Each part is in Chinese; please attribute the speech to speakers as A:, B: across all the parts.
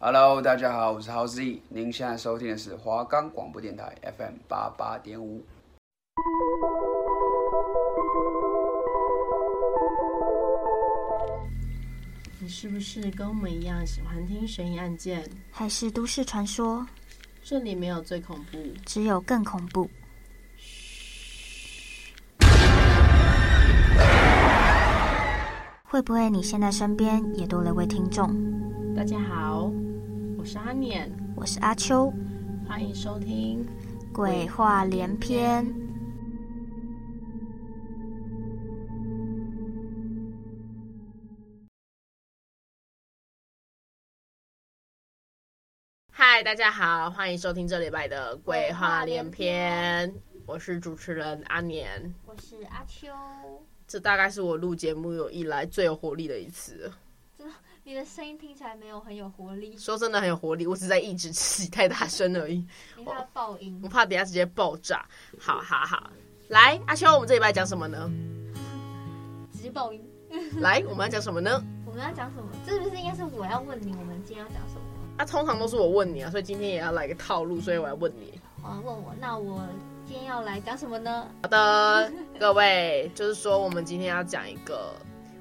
A: Hello，大家好，我是 h o w Z，您现在收听的是华冈广播电台 FM 八八点五。
B: 你是不是跟我们一样喜欢听悬疑案件？
C: 还是都市传说，
B: 这里没有最恐怖，
C: 只有更恐怖。会不会你现在身边也多了位听众？
B: 大家好，我是阿念，
C: 我是阿秋，
B: 欢迎收听。
C: 鬼话连篇。
B: 嗨，大家好，欢迎收听这礼拜的《鬼话连篇》，我是主持人阿年。
C: 我是阿秋，
B: 这大概是我录节目有以来最有活力的一次了。
C: 你的声音听起来没有很有活力，
B: 说真的，很有活力，我只是在抑制自己太大声而已，
C: 你怕爆音
B: 我。怕等一下直接爆炸。好好好，来，阿秋，我们这礼拜讲什么呢？
D: 直接爆音。
B: 来，我们要讲什么呢？
D: 我们要讲什么？这不是应该是我要问你，我们今天要讲什么？
B: 啊，通常都是我问你啊，所以今天也要来个套路，所以我来问你。
D: 啊，问我，那我今天要来讲什么呢？
B: 好的，各位，就是说我们今天要讲一个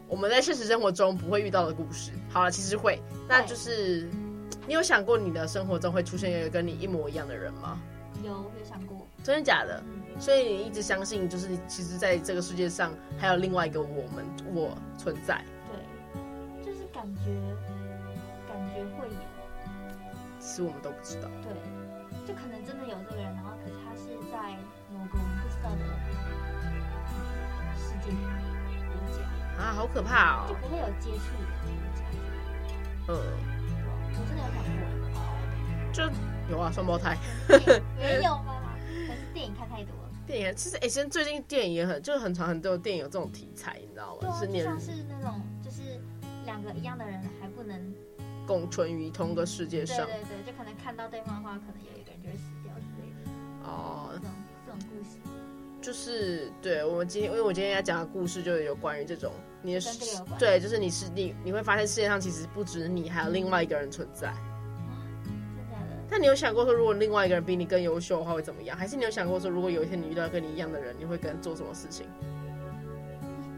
B: 我们在现实生活中不会遇到的故事。好了，其实会，那就是你有想过你的生活中会出现一个跟你一模一样的人吗？
D: 有有想过？
B: 真的假的？
D: 嗯，
B: 所以你一直相信，就是你其实在这个世界上还有另外一个我们我存在，
D: 对，就是感觉感觉会有，
B: 其实我们都不知道。
D: 对，就可能真的有这个人，然后可是他是在某个我们不知道的世界里面国家，
B: 啊，好可怕
D: 就
B: 哦！
D: 不会有接触的国家。
B: 嗯，
D: 对我真的有想
B: 就有啊，双胞胎
D: 过，没有吗？可是电影看太多了。
B: 电影，其实哎，现、在最近电影也很，就是很长很多电影有这种题材，你知道
D: 对
B: 吗？
D: 啊，
B: 是
D: 就
B: 连
D: 像是那种就是两个一样的人还不能，
B: 共存于同个世界
D: 对
B: 上。
D: 对对，就可能看到对方的话，可能有一个人就会死掉之类的，
B: 哦
D: 这，种这种故事
B: 就是对我们今天，因为我今天要讲的故事就是有关于这种你的
D: 跟这个有关
B: 对，就是你是你，你会发现世界上其实不止你，还有另外一个人存在。
D: 啊，真假的？
B: 但你有想过说，如果另外一个人比你更优秀的话会怎么样？还是你有想过说，如果有一天你遇到跟你一样的人，你会跟他做什么事情？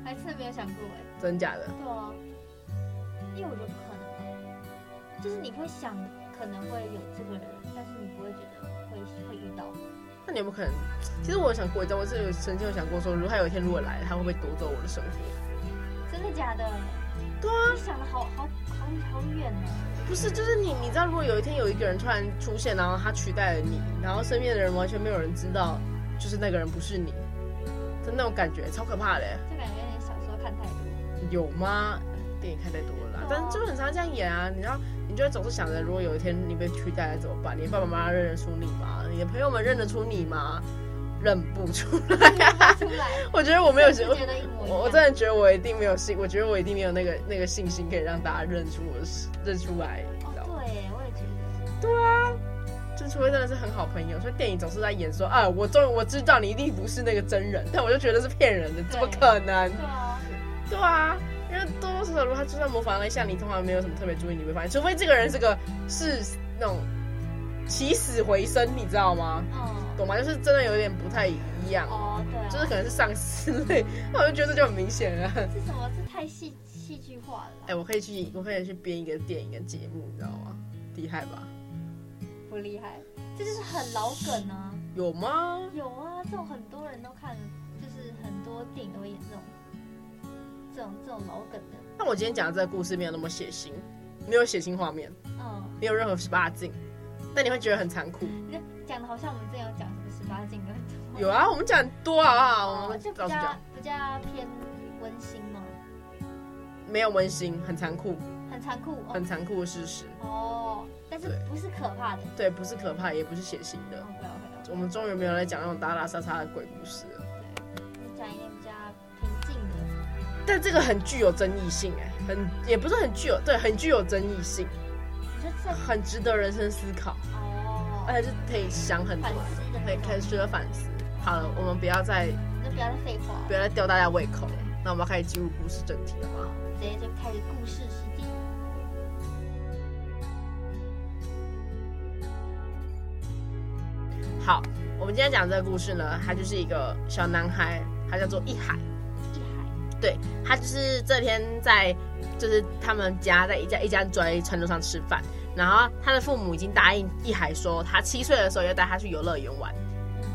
D: 还真没有想过哎，
B: 真假的？
D: 对啊，因为我觉得不可能吧，就是你会想可能会有这个人，但是你不会觉得会会遇到，
B: 那你有没有可能？其实我有想过，你知道我是有曾经有想过说，如果他有一天如果来了，他会不会夺走我的生活？
D: 真的假的？
B: 对啊，
D: 你想的好好好好远哦呢、
B: 不是，就是你，你知道，如果有一天有一个人突然出现，然后他取代了你，然后身边的人完全没有人知道，就是那个人不是你的那种感觉，超可怕的欸。
D: 就感觉有点小时候看太多。
B: 有吗？电影看太多了啦，
D: 有啊
B: 但就很常这样演啊。你知道，你就会总是想着，如果有一天你被取代了怎么办？你的爸爸妈妈认得出你吗？你的朋友们认得出你吗？认不出来。
D: 出来，
B: 我觉得我没有，
D: 就觉得一模一样。
B: 我我真的觉得我一定没有信，我觉得我一定没有那个那个信心可以让大家认出我是认出来，你
D: 哦
B: 知道吗？
D: 对耶，我也觉得。
B: 就除非真的是很好朋友，所以电影总是在演说啊，我终于我知道你一定不是那个真人，但我就觉得是骗人的，怎么可能？
D: 对啊，
B: 对啊，因为多多少少，如果他就算模仿了一下，你通常没有什么特别注意，你会发现，除非这个人是个是那种起死回生，你知道吗？
D: 嗯，
B: 懂吗？就是真的有点不太一样，
D: 哦，对啊，
B: 就是可能是丧尸类，那我就觉得这就很明显了。
D: 这什么？这太戏戏剧化了啦
B: 哎、，我可以去，我可以去编一个电影跟节目，你知道吗？厉害吧？
D: 不厉害，这就是很老梗啊。
B: 有吗？
D: 有啊，这种很多人都看，就是很多电影都会演这种这种这种老梗的。
B: 但我今天讲的这个故事没有那么血腥，没有血腥画面，
D: 嗯，
B: 没有任何十八禁，但你会觉得很残酷。
D: 你这讲的好像我们之前有讲什么十八禁的，
B: 有啊，我们讲多好不好？我
D: 哦
B: 们
D: 就
B: 老
D: 比
B: 实
D: 较
B: 讲，
D: 比较偏温馨嘛，
B: 没有温馨，很残酷。
D: 很残酷哦
B: 很残酷的事实。
D: 哦，但是
B: 对
D: 不是可怕的。
B: 对，不是可怕，也不是血腥的。
D: 哦，不要不要，
B: 我们终于没有来讲那种打打杀杀的鬼故事了。
D: 你讲一点比较平静的。
B: 但这个很具有争议性、哎，很也不是很具有，对，很具有争议性，
D: 你说这
B: 很值得人生思考，
D: 哦，
B: 而且是可以想很多
D: 反，思的
B: 可以
D: 那
B: 开
D: 种，
B: 始反思。好了，我们不要再
D: 那不要再废话了
B: 不。要再吊大家胃口了。那我们要开始进入故事正题了吗？
D: 直接就开始故事时间。
B: 好，我们今天讲这个故事呢，他就是一个小男孩，他叫做一海。
D: 一海
B: 对他就是这天在就是他们家在一家一家追餐桌上吃饭，然后他的父母已经答应一海说，他七岁的时候要带他去游乐园玩。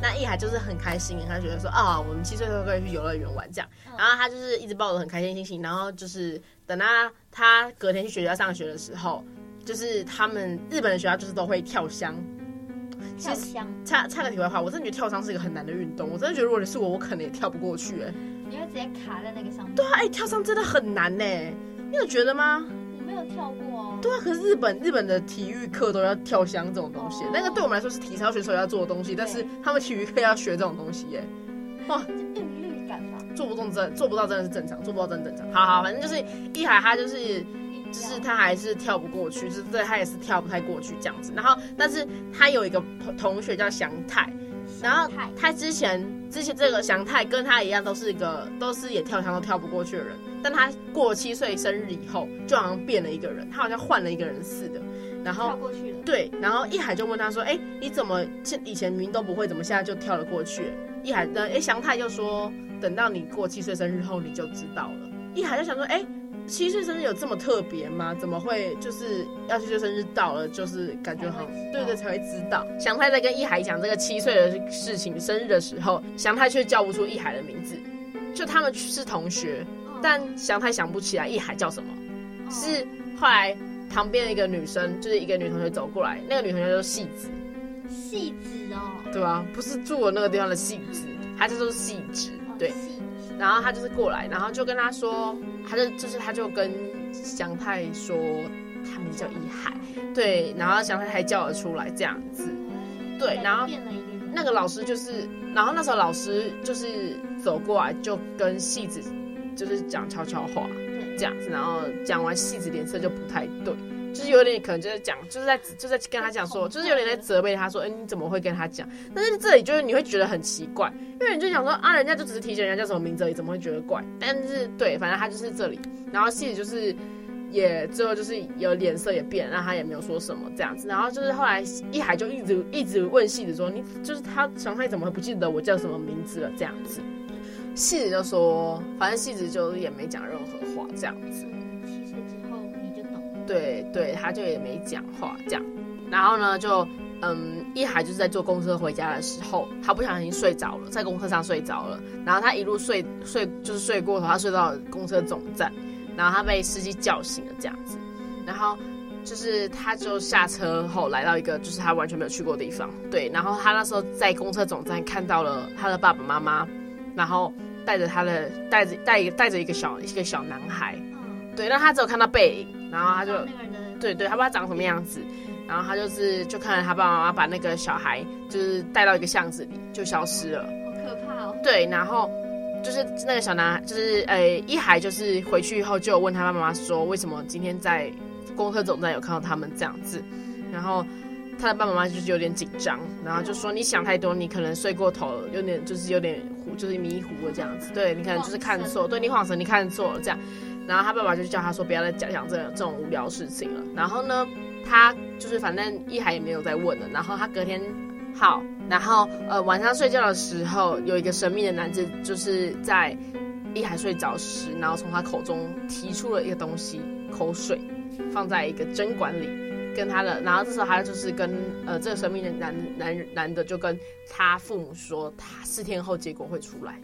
B: 那一海就是很开心，他觉得说啊、我们七岁的时候可以去游乐园玩这样。然后他就是一直抱着很开心的心情，然后就是等他他隔天去学校上学的时候，就是他们日本的学校就是都会跳箱。其
D: 跳
B: 实
D: 箱，
B: 插插个题外话，我真的觉得跳箱是一个很难的运动，我真的觉得如果是我，我可能也跳不过去、欸。
D: 你会直接卡在那个上面。
B: 对啊，哎、跳上真的很难呢、你有觉得吗？
D: 我没有跳过哦。
B: 对啊，可是日本日本的体育课都要跳箱这种东西，
D: 哦
B: 那个对我们来说是体操选手要做的东西，但是他们体育课要学这种东西耶、
D: 韵律感吧，
B: 做不动真做不到真的是正常，做不到真的正常。好好，反正就是一海他就是
D: 一
B: 就
D: 定
B: 是
D: 要
B: 他还是跳不过去，就是对他也是跳不太过去这样子。然后，但是他有一个同同学叫祥太，然后
D: 心态
B: 他之前之前这个祥太跟他一样，都是一个都是也跳墙都跳不过去的人，但他过七岁生日以后，就好像变了一个人，他好像换了一个人似的。然
D: 跳
B: 后
D: 过去了，
B: 对，然后一海就问他说：“哎、你怎么现以前明明都不会，怎么现在就跳了过去？”一海的哎祥太就说：“等到你过七岁生日后，你就知道了。”一海就想说：“哎、七岁生日有这么特别吗？怎么会就是要七岁生日到了，就是感觉好
D: 才会知道
B: 对对才会知道。祥太在跟一海讲这个七岁的事情生日的时候，祥太却叫不出一海的名字，就他们是同学，
D: 嗯
B: 但祥太想不起来一海叫什么。
D: 嗯
B: 是后来旁边的一个女生，就是一个女同学走过来，那个女同学就是戏子，
D: 戏子嗯哦，
B: 对啊，不是住我那个地方的戏子，她就是戏子，
D: 哦
B: 对。
D: 戏子
B: 然后她就是过来，然后就跟她说，她就就是她就跟祥太说，他名叫一海，对，然后祥太还叫了出来这样子，对
D: 感觉
B: 然后
D: 变了一个人，
B: 那个老师就是，然后那时候老师就是走过来就跟戏子就是讲悄悄话，
D: 对
B: 这样子，然后讲完戏子脸色就不太对，就是有点可能就是讲，就是在就是在跟他讲说，就是有点在责备他说，哎、你怎么会跟他讲？但是这里就是你会觉得很奇怪，因为你就想说啊，人家就只是提醒人家叫什么名字而已，怎么会觉得怪？但是对，反正他就是这里，然后戏子就是。也最后就是有脸色也变，然后他也没有说什么这样子，然后就是后来一海就一直一直问戏子说你就是他常太怎么会不记得我叫什么名字了这样子，戏子就说反正戏子就也没讲任何话这样子，
D: 嗯七岁之后你就懂了，
B: 对对，他就也没讲话这样。然后呢，就嗯，一海就是在坐公车回家的时候，他不小心睡着了，在公车上睡着了。然后他一路睡睡就是睡过头，他睡到公车总站，然后他被司机叫醒了这样子。然后就是他就下车后来到一个就是他完全没有去过的地方，对。然后他那时候在公车总站看到了他的爸爸妈妈，然后带着他的带着带带着一个小一个小男孩，
D: 嗯，
B: 对，但他只有看到背影，然后他就
D: 知道那个人的
B: 对对，他不知道长什么样子，然后他就是就看着他爸爸妈妈把那个小孩就是带到一个巷子里就消失了，
D: 好可怕哦，
B: 对，然后就是那个小男孩就是呃一海就是回去以后就有问他爸妈妈说为什么今天在公车总站有看到他们这样子，然后。他的爸爸妈妈就是有点紧张，然后就说你想太多，你可能睡过头了，有点就是有点糊，就是迷糊了这样子。对你可能就是看错，对你晃神，你看错了这样。然后他爸爸就叫他说不要再讲讲这种这种无聊事情了。然后呢，他就是反正一海也没有再问了。然后他隔天好，然后呃晚上睡觉的时候，有一个神秘的男子就是在一海睡着时，然后从他口中提出了一个东西，口水，放在一个针管里。跟他的，然后这时候他就是跟呃这个神秘的男男男的就跟他父母说，他四天后结果会出来。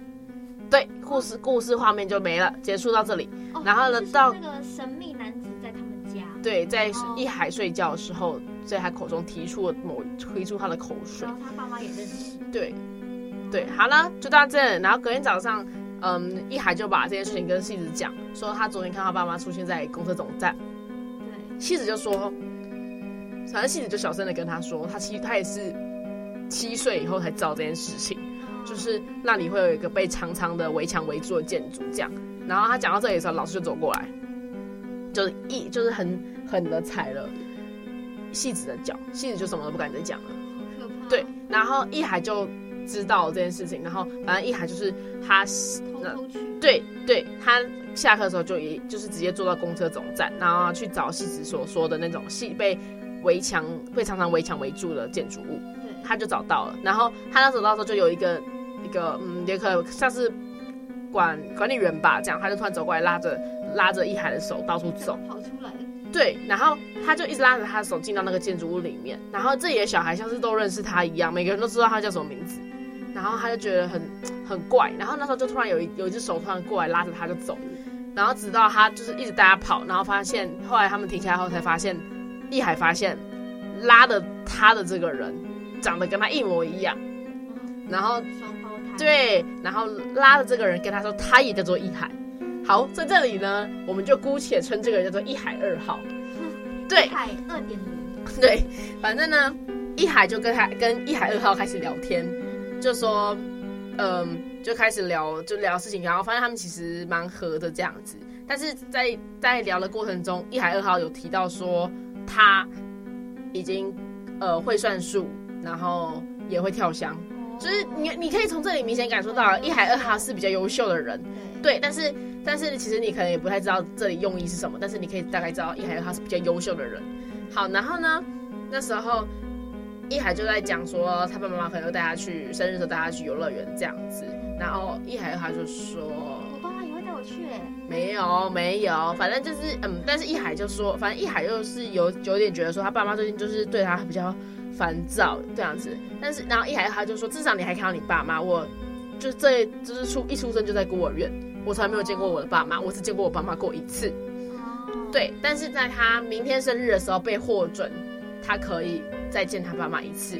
B: 对，故事故事画面就没了，结束到这里。
D: 哦
B: 然后呢
D: 就是
B: 到
D: 那个神秘男子在他们家，
B: 对，在
D: 哦
B: 一海睡觉的时候，在他口中提出了某推出他的口水
D: 然。后他爸妈也认识，
B: 对，对，好了，就到这里。然后隔天早上，嗯，一海就把这件事情跟戏子讲，说他昨天看他爸妈出现在公车总站。
D: 对，
B: 戏子就说，反正戏子就小声的跟他说，他其实他也是七岁以后才知道这件事情。就是那里会有一个被长长的围墙围住的建筑这样。然后他讲到这里的时候，老师就走过来，就是一就是很狠的踩了戏子的脚，戏子就什么都不敢再讲了。
D: 嗯好可怕，哦
B: 对，然后一海就知道这件事情，然后反正一海就是他
D: 偷
B: 那
D: 偷去，
B: 对对，他下课的时候就也就是直接坐到公车总站，然后去找戏子所说的那种戏被围墙被常常围墙围住的建筑物。
D: 对，
B: 他就找到了。然后他那时候到时候就有一个一个嗯，也可像是管管理员吧，这样他就突然走过来，拉着拉着一海的手到处走。
C: 跑出来，
B: 对，然后他就一直拉着他的手进到那个建筑物里面，然后这里的小孩像是都认识他一样，每个人都知道他叫什么名字，然后他就觉得很很怪，然后那时候就突然有一有一只手突然过来拉着他就走，然后直到他就是一直带他跑，然后发现后来他们停下来后才发现，易海发现拉的他的这个人长得跟他一模一样，
C: 嗯
B: 然后
C: 双胞胎，，
B: 对，然后拉着这个人跟他说，他也叫做一海。好，在这里呢，我们就姑且称这个人叫做一海二号。对
C: 海二点零，
B: 对，反正呢，一海就跟他跟一海二号开始聊天，就说，嗯，就开始聊就聊事情，然后发现他们其实蛮合的这样子。但是在在聊的过程中，一海二号有提到说他已经呃会算数，然后也会跳箱，就是你你可以从这里明显感受到一海二哈是比较优秀的人，
C: 对，
B: 对，但是但是其实你可能也不太知道这里用意是什么，但是你可以大概知道一海二哈是比较优秀的人。好，然后呢，那时候一海就在讲说他爸爸妈妈可能会带他去生日的时候带他去游乐园这样子，然后一海二哈就说
C: 我爸妈也会带我去哎，
B: 没有没有，反正就是嗯，但是一海就说，反正一海又是有有点觉得说他爸妈最近就是对他比较烦躁这样子，但是然后一海他就说，至少你还看到你爸妈，我就这就是出一出生就在孤儿院，我从来没有见过我的爸妈，我只见过我爸妈过一次，
C: 哦，
B: 对，但是在他明天生日的时候被获准，他可以再见他爸妈一次，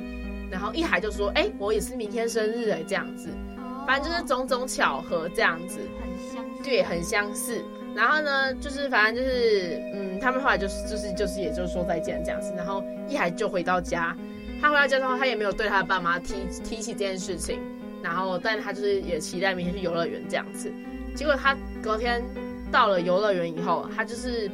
B: 然后一海就说，哎、我也是明天生日哎、这样子，
C: 哦，
B: 反正就是种种巧合这样子，
C: 很相似，
B: 对，很相似。然后呢，就是反正就是，嗯，他们后来就是就是就是，也就是说再见这样子。然后一海就回到家，他回到家之后，他也没有对他的爸妈提提起这件事情。然后，但他就是也期待明天去游乐园这样子。结果他隔天到了游乐园以后，啊他就是，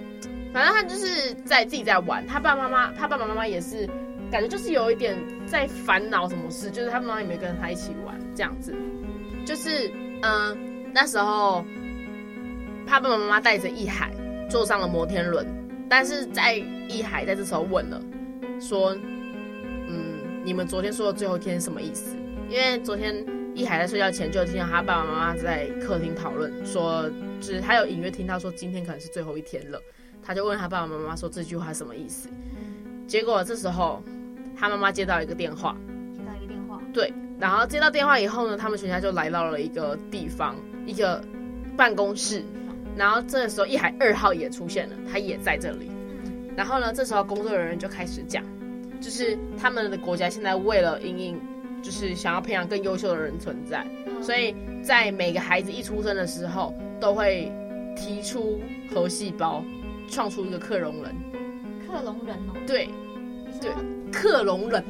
B: 反正他就是在自己在玩。他爸爸妈妈，他爸爸妈妈也是，感觉就是有一点在烦恼什么事，就是他妈妈也没跟他一起玩这样子。就是，嗯、那时候他爸爸妈妈带着一海坐上了摩天轮，但是在一海在这时候问了，说，嗯，你们昨天说的最后一天是什么意思？因为昨天一海在睡觉前就听到他爸爸妈妈在客厅讨论，说就是他有隐约听到说今天可能是最后一天了，他就问他爸爸妈妈说这句话什么意思。结果这时候他妈妈接到一个电话，
C: 接到一个电话，
B: 对，然后接到电话以后呢，他们全家就来到了一个地方，一个办公室。然后这时候一海二号也出现了，他也在这里。
C: 嗯，
B: 然后呢，这时候工作人员就开始讲，就是他们的国家现在为了因应，就是想要培养更优秀的人存在，
D: 嗯
C: 嗯
B: 所以在每个孩子一出生的时候，都会提出核细胞，创出一个克隆人。
D: 克隆人哦，
B: 对，
D: 你
B: 对
D: 说
B: 克隆人。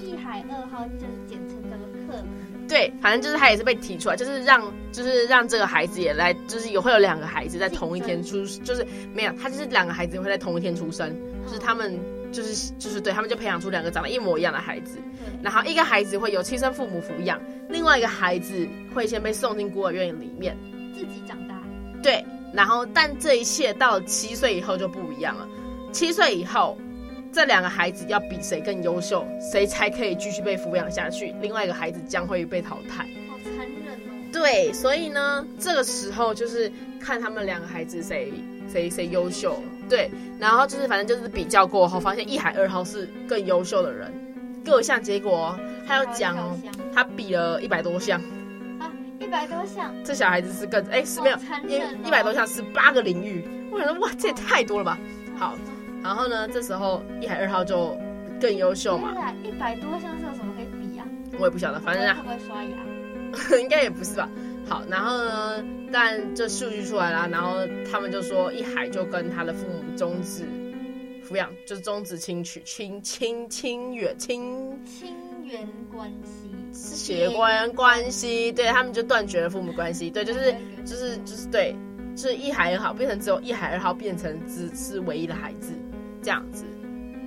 D: 一海二号就是简称叫做克隆人，
B: 对，反正就是他也是被提出来，就是让就是让这个孩子也来，就是有会有两个孩子在同一天出，就是没有，他就是两个孩子会在同一天出生，就是
C: 嗯
B: 他们就是就是对他们就培养出两个长得一模一样的孩子，
D: 对，
B: 然后一个孩子会由亲生父母抚养，另外一个孩子会先被送进孤儿院里面，
C: 自己长大，
B: 对，然后但这一切到了七岁以后就不一样了，七岁以后。这两个孩子要比谁更优秀，谁才可以继续被抚养下去，另外一个孩子将会被淘汰。
C: 好残忍哦，
B: 对，所以呢，这个时候就是看他们两个孩子谁谁谁优秀，对，然后就是反正就是比较过后，发现一海二号是更优秀的人，各项结果哦他要讲哦，他比了一百多项，
C: 啊，一百多项，
B: 这小孩子是更哎是没有
C: 好残
B: 因为
C: 忍哦，
B: 一百多项十八个领域，我想说哇这也太多了吧，好，
C: 哦
B: 然后呢这时候一海二号就更优秀嘛，
C: 一百多项是有什么可以比啊？
B: 我也不晓得，反正啊
D: 会不会刷牙？
B: 应该也不是吧。好，然后呢，但这数据出来啦，然后他们就说一海就跟他的父母终止抚养，就是终止亲娶亲亲亲远亲
C: 亲缘关系，
B: 血关关系，对他们就断绝了父母关系，对，就是就是就是对，就是一海二号变成只有一海二号变成只是唯一的孩子这样子。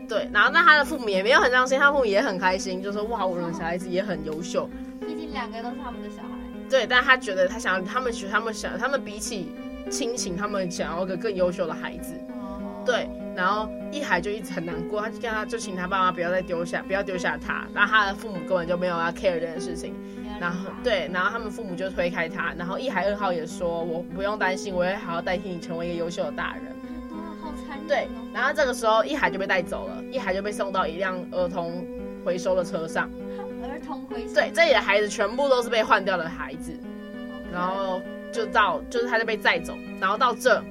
B: 对，然后那他的父母也没有很伤心，他父母也很开心，就说哇，我的小孩子也很优秀，
C: 毕竟两个都是他们的小孩，
B: 对，但他觉得他想要，他们学，他们想，他们比起亲情，他们想要一个更优秀的孩子。
C: 哦，
B: 对，然后一海就一直很难过，他就跟他就请他爸妈不要再丢下，不要丢下他。然后他的父母根本就没有要 care 这件事情，
D: 啊
B: 然后
D: 嗯
B: 对，然后他们父母就推开他。然后一海二号也说：“我不用担心，我会好好代替你成为一个优秀的大人。”
D: 哇，好残忍、哦。
B: 对，然后这个时候一海就被带走了，一海就被送到一辆儿童回收的车上。
D: 儿童回收。
B: 对，这里的孩子全部都是被换掉的孩子，
D: 嗯
B: 然后就到就是他就被载走，然后到这，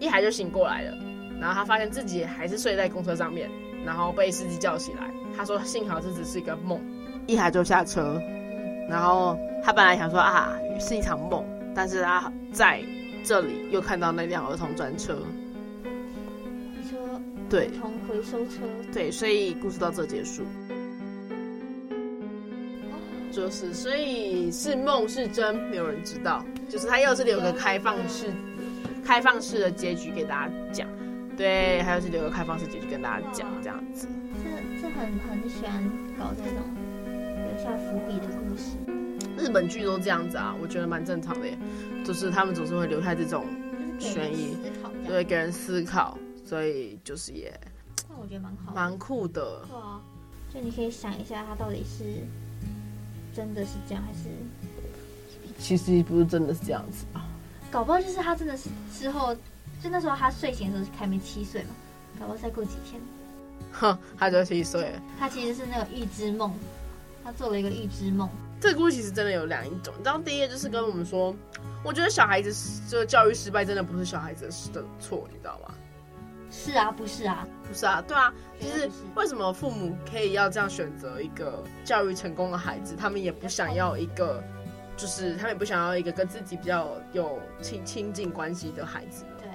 B: 一海就醒过来了，然后他发现自己还是睡在公车上面，然后被司机叫起来，他说幸好这只是一个梦，一海就下车，然后他本来想说啊是一场梦，但是他在这里又看到那辆儿童专车，
D: 你说
B: 对
D: 儿童回收车，
B: 对，所以故事到这结束。就是，所以是梦是真，没有人知道。就是它又是留个开放式、开放式的结局给大家讲。对，还有是留个开放式结局跟大家讲这样子。
D: 这这很很喜欢搞这种留下伏笔的故事。
B: 日本剧都这样子啊，我觉得蛮正常的耶。就是他们总是会留下这种
D: 就是给
B: 悬
D: 人
B: 疑
D: 思考这样。
B: 对给人思考，所以就是也
D: 但我觉得蛮好的。
B: 蛮酷的。
D: 对啊，就你可以想一下，它到底是真的是这样，还是
B: 其实不是真的是这样子 吧？
D: 搞不好就是他真的是之后，就那时候他睡醒的时候还没七岁嘛，搞不好再过几天，
B: 哼，他就七岁了。
D: 他其实是那个预知梦，他做了一个预知梦。
B: 这个故事其实真的有两种，你知道，第一个就是跟我们说，我觉得小孩子这教育失败真的不是小孩子的错，你知道吗？
D: 是啊，不是啊，
B: 不是啊，对啊，就
D: 绝
B: 是
D: 对不是
B: 为什么父母可以要这样选择一个教育成功的孩子，他们也不想要一个，就是他们也不想要一个跟自己比较有亲亲近关系的孩子呢？
D: 对，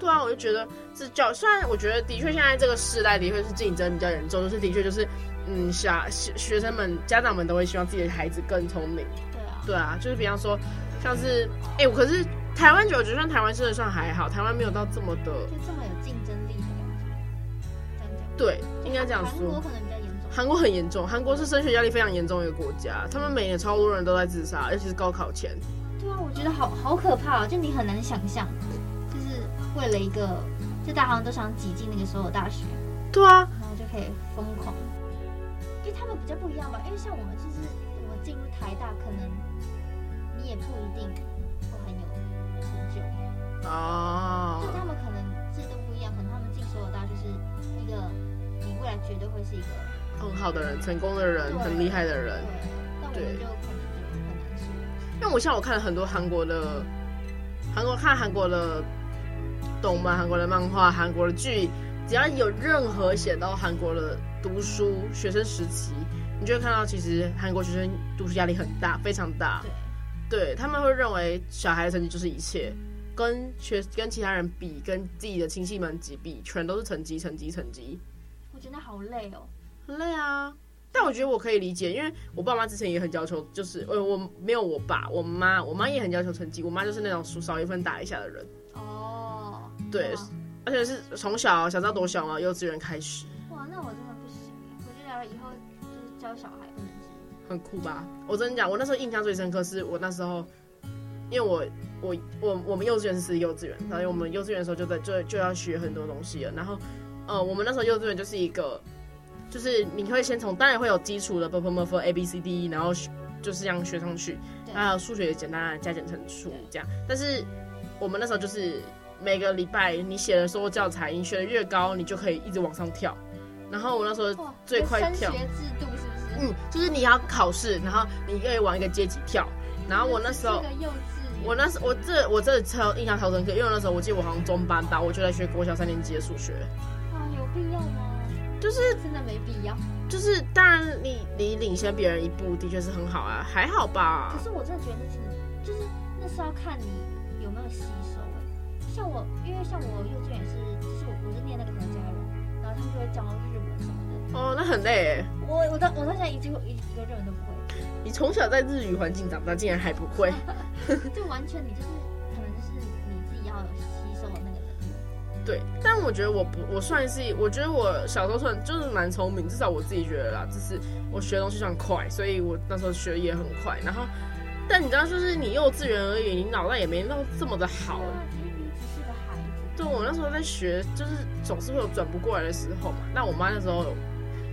B: 对啊，我就觉得这教，虽然我觉得的确现在这个时代的确是竞争比较严重，就是的确就是，嗯，小学学生们家长们都会希望自己的孩子更聪明。
D: 对啊，
B: 对啊，就是比方说，像是哎、我可是台湾酒局算台湾真的算还好，台湾没有到这么的，
D: 就这么有竞争力的感觉，这样讲，
B: 对，应该这样
D: 韩国
B: 说。
D: 可能比较严重，
B: 韩国很严重，韩国是升学压力非常严重的一个国家，他们每年超多人都在自杀，尤其是高考前。
D: 对啊，我觉得好好可怕哦，就你很难想象，就是为了一个，就大家好像都想挤进那个所有大学，
B: 对啊，
D: 然后就可以疯狂。因为他们比较不一样吧，因为像我们其实我进入台大，可能你也不一定会很有成就，
B: 哦
D: 就，他们可能制度不一样，可能他们进所有大就是一个你未来绝对会是一个
B: 很好的人，成功的人，
D: 对
B: 很厉害的
D: 对
B: 人。，
D: 但
B: 嗯
D: 我
B: 对
D: 们就可能就很难说。
B: 因为我像我看了很多韩国的，韩国看韩国的动漫、韩国的漫画、韩国的剧，只要有任何写到韩国的读书学生时期，你就会看到其实韩国学生读书压力很大，非常大。
D: 对，
B: 对他们会认为小孩的成绩就是一切，跟学跟其他人比，跟自己的亲戚们比比，全都是成绩、成绩、成绩，
D: 我觉得好累哦。
B: 很累啊。但我觉得我可以理解，因为我爸妈之前也很要求，就是呃，我没有我爸，我妈，我妈也很要求成绩，我妈就是那种数少一分打一下的人，
D: 哦，
B: 对，而且是从小小到多小啊，幼稚园开始，
D: 哇，哇那我真的不行，我觉得以后就是教小孩不能这样。
B: 很酷吧？我真的讲，我那时候印象最深刻是我那时候，因为我我我我们幼稚园是私立幼稚园，所以我们幼稚园的时候就在就就要学很多东西了。然后，呃，我们那时候幼稚园就是一个，就是你会先从当然会有基础的 b p m f a b c d，然后学就是这样学上去，
D: 对
B: 还有数学也简单的加减乘除
D: 对
B: 这样。但是我们那时候就是每个礼拜你写的所有教材，你学的越高，你就可以一直往上跳。然后哦我那时候
D: 哇，
B: 最快
D: 升
B: 跳
D: 学制度是不是？
B: 嗯，就是你要考试，然后你可以往一个阶级跳。然后我那时候
D: 这，个幼稚，
B: 我那时我这我这超印象超深刻，因为我那时候我记得我好像中班吧，我就在学国小三年级的数学。
D: 啊，有必要吗？
B: 就是
D: 真的没必要。
B: 就是，当然你你领先别人一步，的确是很好啊，还好吧
D: 可？是我真的觉得那真的就是那是要看你有没有吸收哎、像我，因为像我幼稚园是，就是我我是念那个何家人，然后他们就会教日文什么的。
B: 哦，那很累耶。
D: 我我到我到现在一句一个日文都不会，
B: 你从小在日语环境长大，竟然还不会，
D: 就完全你就是可能就是你自己要有吸收的那个能力。
B: 对。但我觉得我不，我算是，我觉得我小时候算就是蛮聪明，至少我自己觉得啦，就是我学东西算快，所以我那时候学也很快。然后，但你知道，就是你幼稚园而已，你脑袋也没弄这么的好
D: 对，啊，其实你只是个孩子，
B: 对，我那时候在学，就是总是会有转不过来的时候嘛。那我妈那时候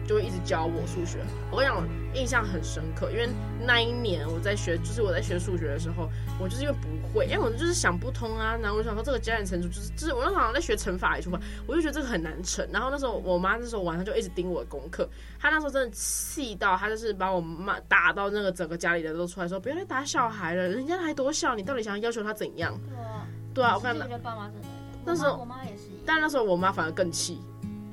B: 就会一直教我数学。我跟你讲，我印象很深刻，因为那一年我在学，就是我在学数学的时候，我就是因为不会，因为我就是想不通啊。然后我就想说，这个加减乘除就是，就是我那时候好像在学乘法还是什么，我就觉得这个很难乘。然后那时候我妈那时候晚上就一直盯我的功课，她那时候真的气到，她就是把我骂打到那个整个家里的都出来说，不要再打小孩了，人家还多小，你到底想要要求他怎样？
D: 对啊，
B: 对啊，我看
D: 其实觉得爸妈真的会这样，
B: 那时候
D: 我妈我妈也是一样，
B: 但那时候我妈反而更气，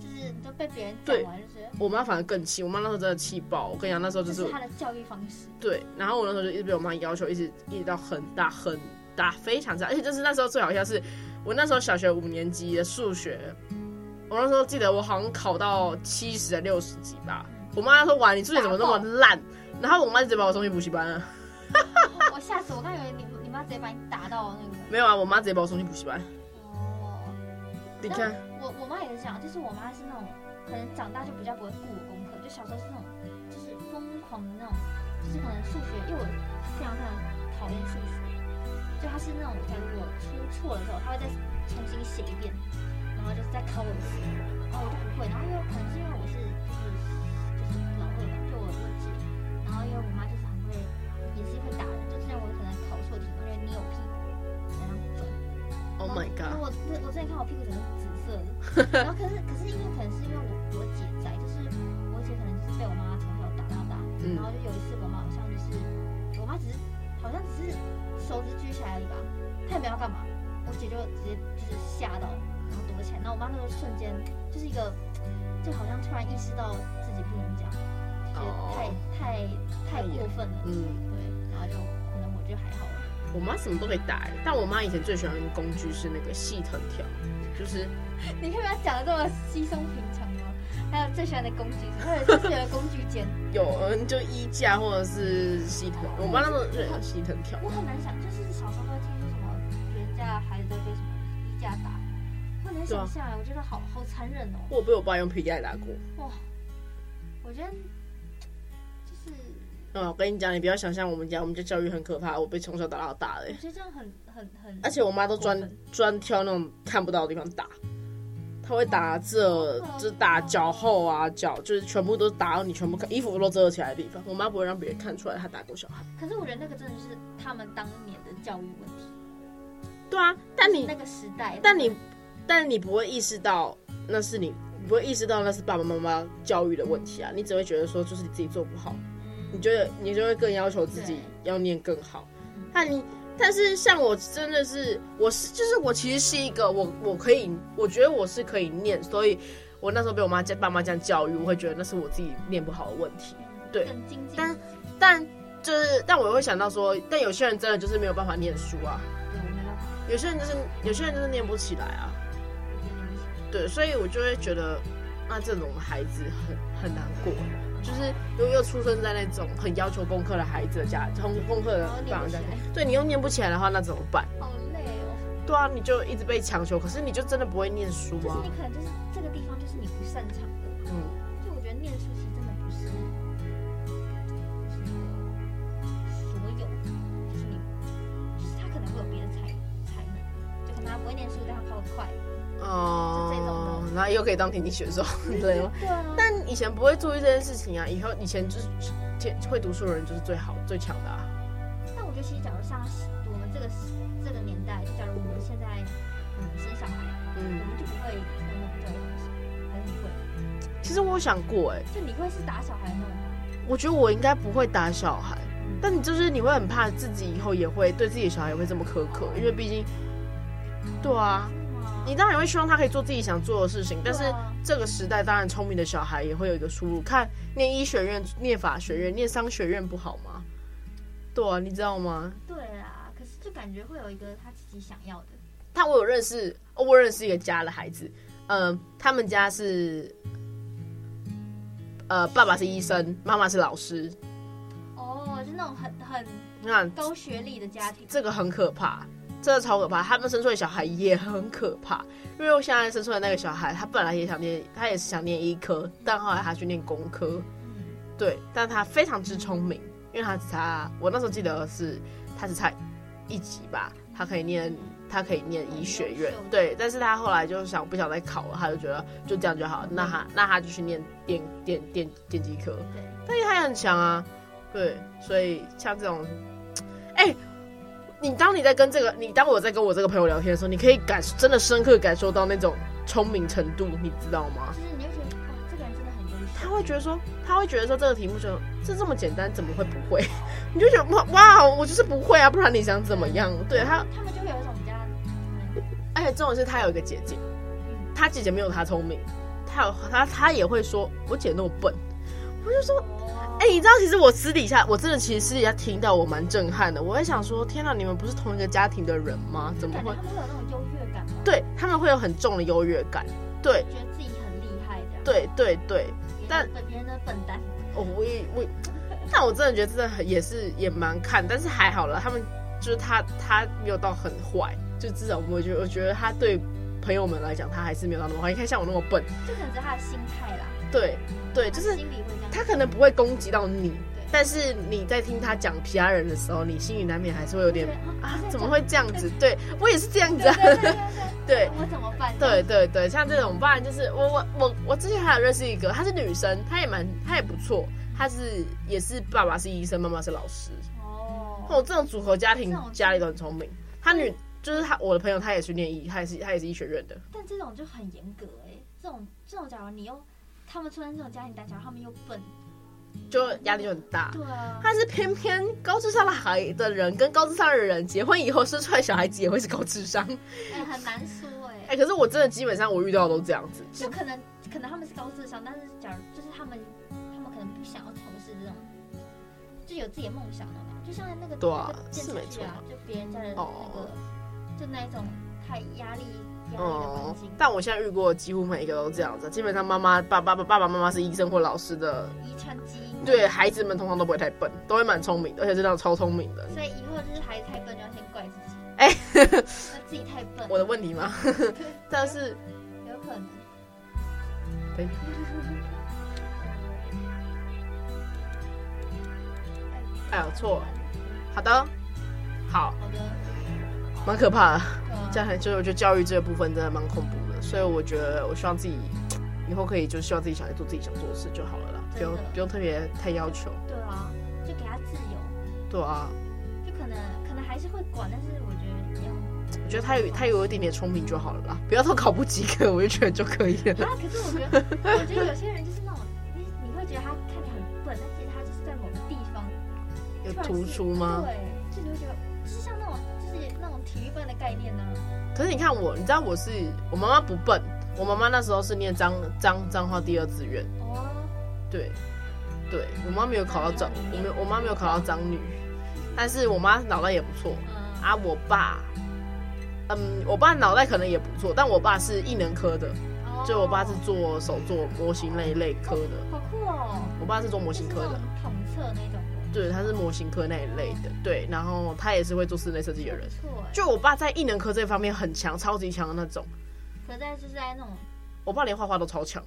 D: 就是你都被别人
B: 对
D: 讲完，就是
B: 我妈反而更气，我妈那时候真的气爆。我跟你讲，那时候就
D: 这
B: 是
D: 是她的教育方 式，
B: 对，然后我那时候就一直被我妈要求，一直一直到很大很大，非常大。而且就是那时候最好笑是，我那时候小学五年级的数学，我那时候记得我好像考到七十还六十几吧。我妈说：“哇，你数学怎么那么烂？”然后我妈就直接把我送去补习班了。
D: 我吓死我，刚以为你你妈直接把你打到那个，
B: 没有啊，我妈直接把我送去补习班。
D: 哦。
B: 你看，
D: 我我妈也是这样，就是我妈是那种可能长大就比较不会顾我功课，就小时候是那种就是疯狂的那种，就是可能数学，因为我非常非常讨厌数学，就她是那种假如我出错的时候，她会再重新写一遍，然后就是再考我一次，然后我就不会，然后因为可能是因为我是就是就是老二嘛，就我我姐，然后因为我妈就是很会也是会打人，就是让我可能考错题，她就会捏我屁股，然后转。
B: ，Oh my
D: 然
B: god！
D: 后我我之前看我屁股整个紫色 的，然后可是可是因为可能是因为我我姐在，就是我姐可能就是被我妈从小打到大，
B: 嗯
D: 然后就有一次我妈好像就是我妈只是好像只是手指举起来而已吧，她也没有要干嘛，我姐就直接就是吓到，然后躲起来，然后我妈那时候瞬间就是一个就好像突然意识到自己不能讲，就觉得
B: 哦
D: 太、太太过分了，
B: 嗯，
D: 对，然后就可能我就还好了，
B: 我妈什么都可以打、欸，但我妈以前最喜欢的工具是那个细藤条，就是
D: 你可以不要讲的这么稀松平常吗？还有最喜欢的工具，或者是自己的工具间，
B: 有嗯，就衣架或者是细藤，我妈那时候就有细藤条。
D: 我很难想，就是小时候会听说什么人家孩子都被什么衣架打，很难想象，我觉得好好残忍哦，
B: 我被我爸用皮带打过。
D: 哇！我觉得就是
B: 嗯，我跟你讲，你不要想象我们家，我们家教育很可怕，我被从小打到大的
D: 我，觉得这样很很很，
B: 而且我妈都
D: 过
B: 专
D: 分
B: 专挑那种看不到的地方打，她会打
D: 哦
B: 这，就是打脚后啊，脚就是全部都打到你全部看衣服都遮起来的地方。我妈不会让别人看出来她打过小孩。
D: 可是我觉得那个真的是他们当年的教育问题，
B: 对啊，但你
D: 那个时代，
B: 但你，但你不会意识到那是你，你不会意识到那是爸爸妈妈教育的问题啊，你只会觉得说就是你自己做不好，
D: 嗯
B: 你觉得你就会更要求自己要念更好。但你，但是像我真的是，我是就是我其实是一个我我可以，我觉得我是可以念，所以我那时候被我妈爸妈这样教育，我会觉得那是我自己念不好的问题。对
D: 更精进，
B: 但但就是，但我会想到说，但有些人真的就是没有办法念书啊，
D: 对我没办法，
B: 有些人就是有些人就是念不起来啊。
D: 我觉得你们
B: 对，所以我就会觉得，那这种孩子很很难过，就是又又出生在那种很要求功课的孩子的家，通功课的
D: 然后哦念
B: 爸
D: 不
B: 妈
D: 起
B: 家
D: 来，
B: 对你又念不起来的话，那怎么办？
D: 好累哦。
B: 对啊，你就一直被强求，可是你就真的不会念书
D: 就是
B: 啊
D: 你。可能就是这个地方就是你不擅长的，
B: 嗯，
D: 就我觉得念书其实真的不是，就是那个所有，就是你，就是他可能会有别的才才能，就可能他不会念书，但他跑得快，
B: 哦、
D: 就这种
B: 然后又可以当田径选手，对吗？
D: 对啊，
B: 但以前不会注意这件事情啊，以后以前就是天会读书的人就是最好最强的啊。
D: 但我觉得其实假如像我们这个这个年代，就假如我们现在嗯生小孩，我
B: 嗯，
D: 们就不会用那种教育方式，还是你会？
B: 其实我有想过、哎，
D: 就你会是打小孩那种吗？
B: 我觉得我应该不会打小孩，但你就是你会很怕自己以后也会对自己的小孩也会这么苛刻，因为毕竟，对啊，
D: 哇
B: 你当然会希望他可以做自己想做的事情，但是
D: 对啊
B: 这个时代当然聪明的小孩也会有一个出入。看念医学院、念法学院、念商学院不好吗？对啊，你知道吗？
D: 对啦，可是就感觉会有一个他自己想要的，
B: 但我有认识，哦我认识一个家的孩子，嗯、他们家是，呃，爸爸是医生，妈妈是老师，
D: 哦，就那种很很
B: 那
D: 高学历的家庭。
B: 这个很可怕，真的超可怕。他们生出来的小孩也很可怕，因为我现在生出来那个小孩，他本来也想念，他也是想念医科，但后来他去念工科，
D: 嗯
B: 对，但他非常之聪明，因为他只差，我那时候记得是他只差一级吧，他可以念他可以念医学院
D: 很优秀，
B: 对，但是他后来就想不想再考了，他就觉得就这样就好了，那他那他就去念电电电电机科，
D: 对，
B: 但是他也很强啊，对，所以像这种，哎、你当你在跟这个，你当我在跟我这个朋友聊天的时候，你可以感真的深刻感受到那种聪明程度，你知道吗？
D: 就是你会觉得哇，这个人真的很优秀。
B: 他会觉得说，他会觉得说这个题目就这这么简单，怎么会不会？ 你就觉得哇哇，我就是不会啊，不然你想怎么样？对他，
D: 他们就会有一种比较，嗯
B: 而且重点是他有一个姐姐，他姐姐没有他聪明，他有他他也会说，我姐那么笨，我就说，
D: 哦
B: 哎、你知道其实我私底下，我真的其实私底下听到我蛮震撼的，我会想说，天哪，你们不是同一个家庭的人吗？怎么
D: 感觉
B: 会
D: 他？们会有那种优越感嘛，
B: 对他们会有很重的优越感，对
D: 觉得自己很厉害这样。
B: 对对对，
D: 别人的
B: 但
D: 笨别人的笨蛋，
B: 哦，我也我也，但我真的觉得真的很也是也蛮看，但是还好了，他们就是他他没有到很坏，就至少我觉得我觉得他对朋友们来讲，他还是没有到那么坏。你看像我那么笨，
D: 就可能只是他的心态啦，
B: 对对，就是
D: 心里会这样。
B: 他可能不会攻击到你，但是你在听他讲其他人的时候，你心里难免还是会有点
D: 就觉得
B: 啊，怎么会这样子？对我也是这样子
D: 对
B: 啊，对
D: 对对对对，我怎么办？
B: 对对对，像这种，不然就是我我我我之前还有认识一个，她是女生，她也蛮她也不错，她是也是爸爸是医生，妈妈是老师，
D: 哦，
B: 哦，这种组合家庭
D: 这种
B: 家里都很聪明。她女就是她我的朋友，她也是念医，她也是她也是医学院的，
D: 但这种就很严格哎、这种这种，假如你又他们出生这种家庭单小，他们又笨，
B: 就压力就很大。
D: 对啊，
B: 但是偏偏高智商的孩的人跟高智商的人结婚以后生出来小孩子也会是高智商，
D: 哎、很难说哎、
B: 哎、可是我真的基本上我遇到的都这样子，
D: 就可能可能他们是高智商，但是假如就是他们他们可能不想要从事这种，就有自己的梦想的嘛，就像那个
B: 对啊
D: 那个电视
B: 是没
D: 剧啊，就别人家的那个、
B: 哦
D: 就那一种太压力压力的
B: 哦
D: 环境，，
B: 但我现在遇过几乎每一个都这样子，基本上妈妈、爸爸、爸爸爸妈妈是医生或老师的，
D: 遗传基因，
B: 对孩子们通常都不会太笨，都会蛮聪明的，而且真的超聪明的。
D: 所以以后就是孩子太笨就要先怪自己，
B: 哎
D: 那自己太笨，
B: 我的问题吗？ 但是
D: 有可能。
B: 对哎呦错，好的，好，
D: 好的，
B: 蛮可怕的。
D: 对
B: 家
D: 啊
B: 庭就是我觉得教育这部分真的蛮恐怖的，所以我觉得我希望自己以后可以就希望自己想做自己想做的事就好了啦，不
D: 真的
B: 用不用特别太要求。
D: 对啊，就给他自由，
B: 对啊，
D: 就可能可能还是会管，但是我觉得也
B: 我觉得他有他有一点点聪明就好了啦，不要都考不及格，我就觉得就可以了。
D: 啊，可是我觉得，我觉得有些人就是那种，你你会觉得他看起来很笨，但其实他就是在某个地方
B: 有
D: 突然
B: 突
D: 是
B: 出吗？
D: 对，就你会觉得是像那种就是那种体育班的概念啊呢、
B: 可是你看我，你知道我是我妈妈不笨，我妈妈那时候是念彰彰彰化第二志愿，
D: 哦，
B: 对，对我妈没有考到彰，我没有我妈没有考到彰女，但是我妈脑袋也不错
D: 嗯，
B: 啊，我爸，嗯，我爸脑袋可能也不错，但我爸是艺能科的，
D: 哦
B: 就我爸是做手做模型类类科的，
D: 好酷哦，
B: 我爸是做模
D: 模
B: 型科的，
D: 统测那种的，
B: 对，他是模型科那一类的，对，然后他也是会做室内设计的人
D: 不，错哎，
B: 就我爸在艺能科这方面很强，超级强的那种，
D: 可在就是在那种
B: 我爸连画画都超强。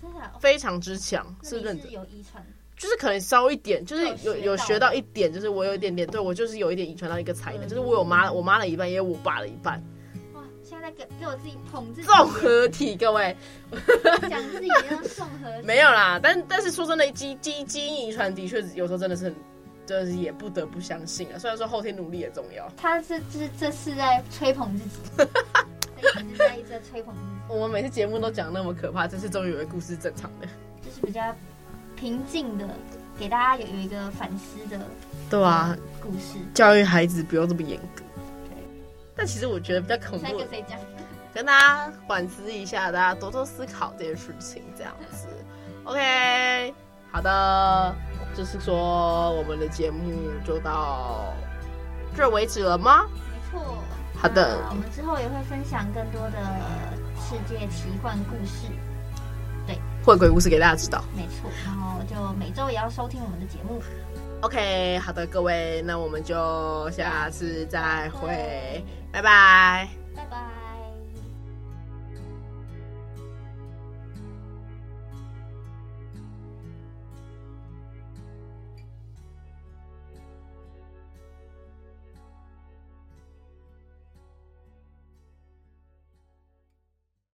D: 真的假的，哦
B: 非常之强，
D: 那
B: 是
D: 你
B: 认
D: 是
B: 真，
D: 有遗传，
B: 就是可能稍一点，就是有
D: 有
B: 有学
D: 学
B: 到
D: 到
B: 一点，就是我有一点点，对我就是有一点遗传到一个才能，就是我有妈我妈的一半，也有我爸的一半，
D: 哇，现在给给我自己捧自己，
B: 综合体，各位
D: 讲自己那种综合，
B: 没有啦，但但是说真的，基基基因遗传的确有时候真的是很，真的是也不得不相信啊，虽然说后天努力也重要。
D: 他是就是这次在吹捧自己， 这一直在一直在吹捧自己。
B: 我们每次节目都讲那么可怕，这次终于有个故事正常的，
D: 就是比较平静的，给大家有有一个反思的
B: 对啊，
D: 故事。
B: 教育孩子不用这么严格。但其实我觉得比较恐
D: 现在
B: 怖的
D: 跟谁讲？
B: 跟大家反思一下，大家多多思考这件事情，这样子。OK，好的，就是说我们的节目就到这儿为止了吗？
D: 没错。
B: 好的
D: 那我们之后也会分享更多的世界奇幻故事，
B: 混鬼故事给大家知道。
D: 没错。然后就每周也要收听我们的节目，
B: OK，好的，各位，那我们就下次再会，拜拜。
D: 拜拜。